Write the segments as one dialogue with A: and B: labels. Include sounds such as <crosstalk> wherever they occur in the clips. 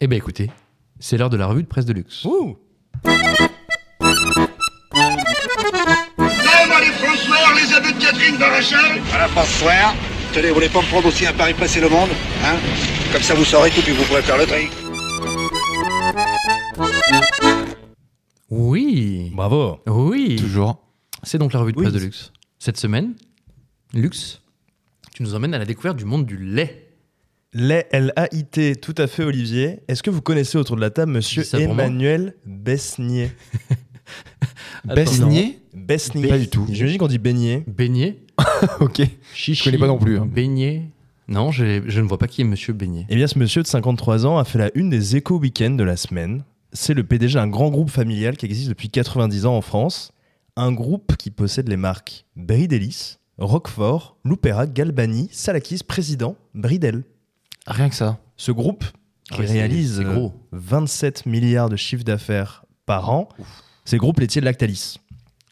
A: Eh bien écoutez, c'est l'heure de la revue de presse de luxe.
B: Ouh
C: Même les François, les abus de Catherine Barachal
D: Voilà, François. Tenez, vous voulez pas me prendre aussi un pari passer le monde Hein Comme ça, vous saurez tout, puis vous pourrez faire le tri.
A: Oui
B: Bravo
A: Oui
E: Toujours.
A: C'est donc la revue de
B: Oui.
A: presse de luxe. Cette semaine, Luxe, tu nous emmènes à la découverte du monde du lait.
B: Lait L-A-I-T, tout à fait, Olivier. Est-ce que vous connaissez autour de la table monsieur
A: dis ça pour moi.
B: Emmanuel <laughs> Besnier
E: Besnier
B: Besnier
E: Pas du tout.
B: J'imagine qu'on dit beignet.
A: Beignet
E: <laughs> Ok.
A: Chichi.
E: Je connais pas non plus, hein.
A: Beignet Non, je, je ne vois pas qui est Monsieur Beignet.
B: Eh bien, ce monsieur de 53 ans a fait la une des échos week-ends de la semaine. C'est le PDG d'un grand groupe familial qui existe depuis 90 ans en France. Un groupe qui possède les marques Bridelis, Roquefort, Loupera, Galbani, Salakis, Président, Bridel.
E: Rien que ça.
B: Ce groupe qui
A: Ah ouais, c'est-
B: réalise
A: c'est gros.
B: euh, 27 milliards de chiffres d'affaires par an, c'est le groupe laitier de Lactalis.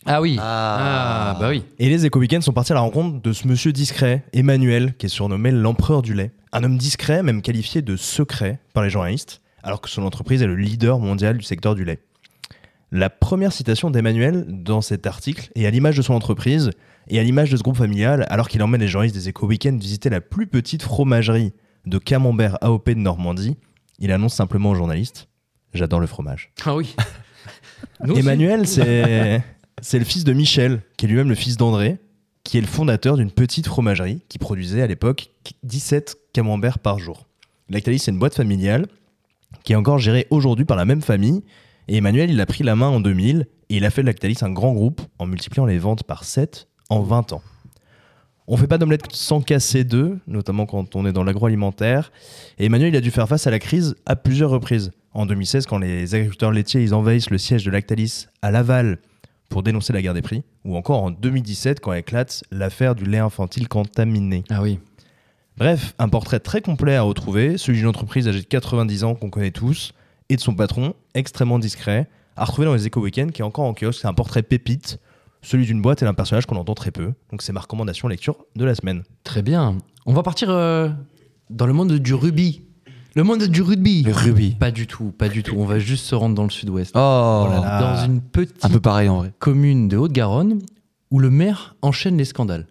A: Ah oui
E: Ah.
A: Ah, bah oui
B: Et les éco weekends sont partis à la rencontre de ce monsieur discret, Emmanuel, qui est surnommé l'empereur du lait. Un homme discret, même qualifié de secret par les journalistes, alors que son entreprise est le leader mondial du secteur du lait. La première citation d'Emmanuel dans cet article est à l'image de son entreprise et à l'image de ce groupe familial, alors qu'il emmène les journalistes des éco weekends visiter la plus petite fromagerie de Camembert AOP de Normandie. Il annonce simplement aux journalistes J'adore le fromage.
A: Ah
E: <laughs>
A: oui Nous aussi.
B: Emmanuel, c'est c'est le fils de Michel, qui est lui-même le fils d'André, qui est le fondateur d'une petite fromagerie qui produisait à l'époque 17 camemberts par jour. Lactalis, c'est une boîte familiale qui est encore gérée aujourd'hui par la même famille. Et Emmanuel, il a pris la main en 2000 et il a fait de Lactalis un grand groupe en multipliant les ventes par 7 en 20 ans. On fait pas d'omelette sans casser deux, notamment quand on est dans l'agroalimentaire. Et Emmanuel, il a dû faire face à la crise à plusieurs reprises. En 2016, quand les agriculteurs laitiers ils envahissent le siège de Lactalis à Laval pour dénoncer la guerre des prix, ou encore en 2017, quand éclate l'affaire du lait infantile contaminé.
A: Ah oui
B: Bref, un portrait très complet à retrouver, celui d'une entreprise âgée de 90 ans qu'on connaît tous, et de son patron, extrêmement discret, à retrouver dans les éco week qui est encore en kiosque. C'est un portrait pépite, celui d'une boîte et d'un personnage qu'on entend très peu. Donc c'est ma recommandation lecture de la semaine.
A: Très bien. On va partir euh, dans le monde du rugby. Le monde du rugby.
E: Le rubis.
A: Pas du tout, pas du tout. On va juste se rendre dans le sud-ouest.
E: Oh,
B: là là.
A: Dans une petite
E: Un peu pareil en vrai.
A: commune de Haute-Garonne où le maire enchaîne les scandales.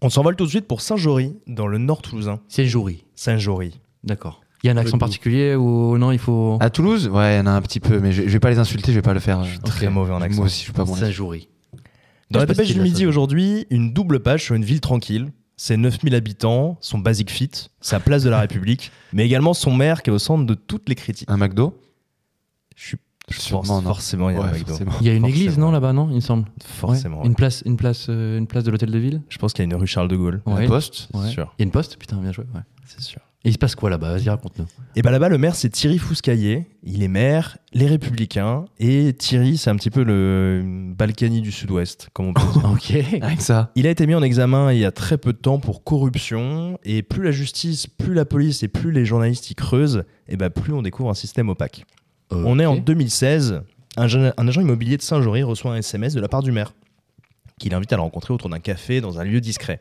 B: On s'envole tout de suite pour Saint-Jory, dans le nord toulousain.
A: C'est Jory.
B: Saint-Jory.
A: D'accord. Il y a un accent
B: goût.
A: particulier ou non, il faut.
E: À Toulouse Ouais, il y en a un petit peu, mais je, je vais pas les insulter, je vais pas le faire. euh.
A: Ok.
B: Très mauvais en accent.
E: Moi aussi, je suis pas bon.
A: Ça Jory. Je
B: Dans la
A: sais pas
B: dépêche
A: si
B: du
A: c'est la
B: midi
A: seule.
B: aujourd'hui, une double page sur une ville tranquille. Ses 9000 habitants, son basic fit, sa place de la République, mais également son maire qui est au centre de toutes les critiques.
E: Un McDo
B: Je, suis, je
E: Sûrement,
B: pense
E: non.
B: forcément il y a un McDo.
E: forcément.
A: Il y a une
E: Forcément.
A: église, non, là-bas, non, il me semble
B: Forcément,
A: Ouais.
B: ouais.
A: Une place, une place, euh, une place de l'hôtel de ville
B: Je pense qu'il y a une rue Charles de Gaulle.
E: Un
A: Ouais.
E: poste
A: Ouais.
B: sûr.
A: Il y a une poste Putain, bien joué. ouais.
B: C'est sûr.
A: Et il se passe quoi là-bas Vas-y, raconte-nous.
B: Et bien là-bas, le maire, c'est Thierry Fouscaillet. Il est maire, les Républicains. Et Thierry, c'est un petit peu le Balkany du Sud-Ouest, comme on peut dire.
A: ok.
E: Rien que ça.
B: Il a été mis en examen il y a très peu de temps pour corruption, et plus la justice, plus la police et plus les journalistes y creusent, et bah plus on découvre un système opaque. On est en
A: Ok.
B: 2016, un, jeune- un agent immobilier de Saint-Jory reçoit un SMS de la part du maire, qui l'invite à le rencontrer autour d'un café dans un lieu discret.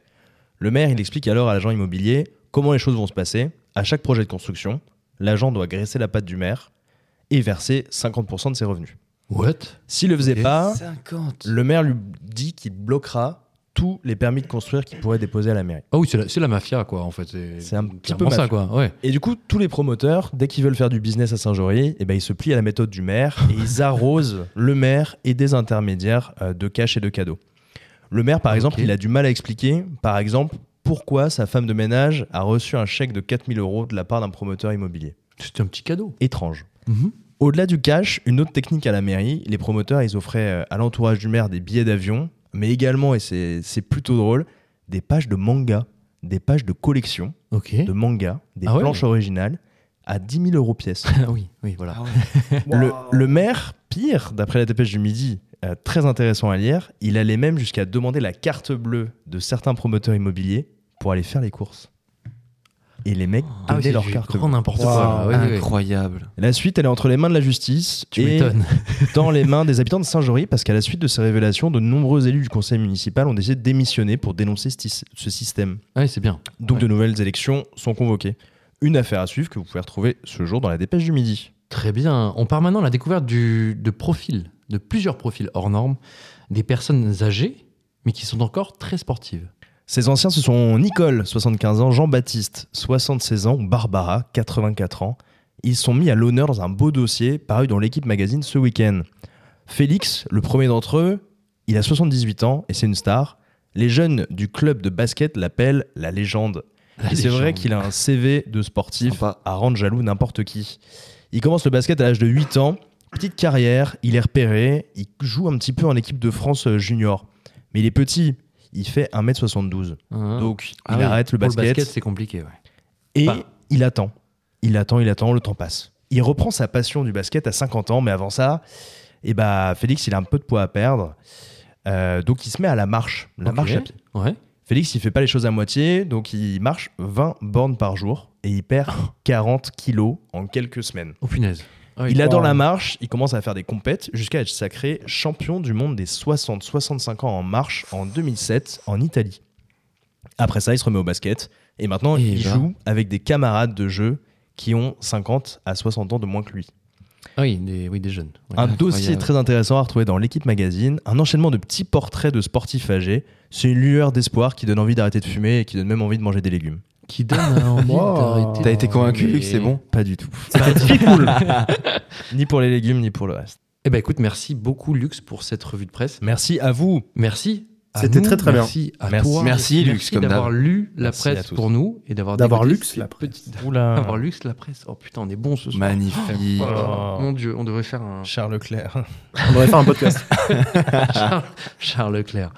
B: Le maire, il explique alors à l'agent immobilier comment les choses vont se passer. À chaque projet de construction, l'agent doit graisser la patte du maire et verser 50% de ses revenus.
A: What
B: S'il le faisait pas,
E: 50.
B: le maire lui dit qu'il bloquera tous les permis de construire qu'il pourrait déposer à la mairie.
A: Ah oui, c'est la, c'est la mafia, quoi, en fait. C'est
B: C'est un petit peu
A: clairement ça, quoi. Ouais.
B: Et du coup, tous les promoteurs, dès qu'ils veulent faire du business à Saint-Jory, eh ben, ils se plient à la méthode du maire et ils arrosent le maire et des intermédiaires euh, de cash et de cadeaux. Le maire, par exemple,
A: Ok.
B: il a du mal à expliquer, par exemple, pourquoi sa femme de ménage a reçu un chèque de 4000 euros de la part d'un promoteur immobilier.
A: C'était un petit cadeau.
B: Étrange.
A: Mhm.
B: Au-delà du cash, une autre technique à la mairie, les promoteurs, ils offraient euh, à l'entourage du maire des billets d'avion, mais également, et c'est c'est plutôt drôle, des pages de manga, des pages de collection,
A: Ok.
B: de manga, des
A: Ah ouais
B: planches originales, à 10 000
A: <laughs>
B: euros pièce.
A: Ah oui, oui, voilà.
B: le, le maire, pire, d'après la dépêche du midi, euh, très intéressant à lire, il allait même jusqu'à demander la carte bleue de certains promoteurs immobiliers pour aller faire les courses. Et les mecs donnaient
A: Ah oui, c'est
B: leur
A: du
B: carte
A: grand
B: bleue.
A: n'importe quoi. là. Oui, oui, oui.
E: Ah, Incroyable.
B: La suite, elle est entre les mains de la justice.
A: Tu
B: et-
A: m'étonnes.
B: dans les mains des habitants de Saint-Jory parce qu'à la suite de ces révélations, de nombreux élus du conseil municipal ont décidé de démissionner pour dénoncer ce, ce système.
A: Oui, c'est bien.
B: Donc de nouvelles élections sont convoquées. Une affaire à suivre que vous pouvez retrouver ce jour dans la dépêche du midi.
A: Très bien. On part maintenant à la découverte du- de profils, de plusieurs profils hors normes, des personnes âgées, mais qui sont encore très sportives.
B: Ces anciens, ce sont Nicole, 75 ans, Jean-Baptiste, 76 ans, ou Barbara, 84 ans. Ils sont mis à l'honneur dans un beau dossier paru dans l'équipe magazine ce week-end. Félix, le premier d'entre eux, il a 78 ans et c'est une star. Les jeunes du club de basket l'appellent la légende.
A: La
B: Et c'est vrai
A: légende.
B: qu'il a un CV de sportif
E: Sympa.
B: à rendre jaloux n'importe qui. Il commence le basket à l'âge de 8 ans, petite carrière, il est repéré, il joue un petit peu en équipe de France euh, junior. Mais il est petit, il fait 1m72.
A: Hein.
B: Donc
E: Ah
B: il
E: oui,
B: arrête le
A: Pour
B: basket,
A: le basket, c'est compliqué. ouais.
B: et
A: pas.
B: il attend. Il attend, il attend, le temps passe. Il reprend sa passion du basket à 50 ans, mais avant ça, eh bah, Félix, il a un peu de poids à perdre. Euh, donc il se met à la marche, la
A: Ok.
B: marche à pied.
A: Ouais.
B: Félix, il fait pas les choses à moitié, donc il marche 20 bornes par jour et
A: <laughs>
B: il perd 40 kilos en quelques semaines.
A: Oh punaise. Ah oui.
B: Il adore la marche, il commence à faire des compètes jusqu'à être sacré champion du monde des 60-65 ans en marche en 2007 en Italie. Après ça, il se remet au basket et maintenant
A: Eh
E: Et
B: il
E: il
A: ben.
E: va.
B: joue avec des camarades de jeu qui ont 50 à 60 ans de moins que lui.
A: Ah oui, des, oui, des jeunes. Ouais.
B: Un
E: Incroyable.
B: dossier très intéressant à retrouver dans l'équipe magazine, un enchaînement de petits portraits de sportifs âgés, c'est une lueur d'espoir qui donne envie d'arrêter de fumer et qui donne même envie de manger des légumes.
A: Qui donne <laughs> envie d'arrêter.
E: T'as été convaincu,
A: Oh, Mais-
E: Luc, c'est bon
B: Pas du tout. <laughs> ni pour les légumes, ni pour le reste.
A: Eh ben écoute, merci beaucoup, Lux, pour cette revue de presse.
B: Merci à vous.
A: Merci. à
F: C'était
A: nous,
F: très, très bien.
A: merci À
B: Merci.
A: toi.
E: Merci, Lux, comme d'hab.
A: d'avoir lu la
B: Merci à
A: presse
B: tous.
A: pour nous et d'avoir
F: D'avoir
A: dégoté
F: Lux
A: ces
F: la presse.
A: petites-
B: Oula.
A: D'avoir Lux la presse. Oh putain, on est bon
E: Bah,
A: ce soir.
E: Magnifique.
A: Oh, Mon dieu, on devrait
B: <laughs>
A: faire un
B: Charles Leclerc.
F: On devrait faire un podcast.
A: Charles, Charles Leclerc.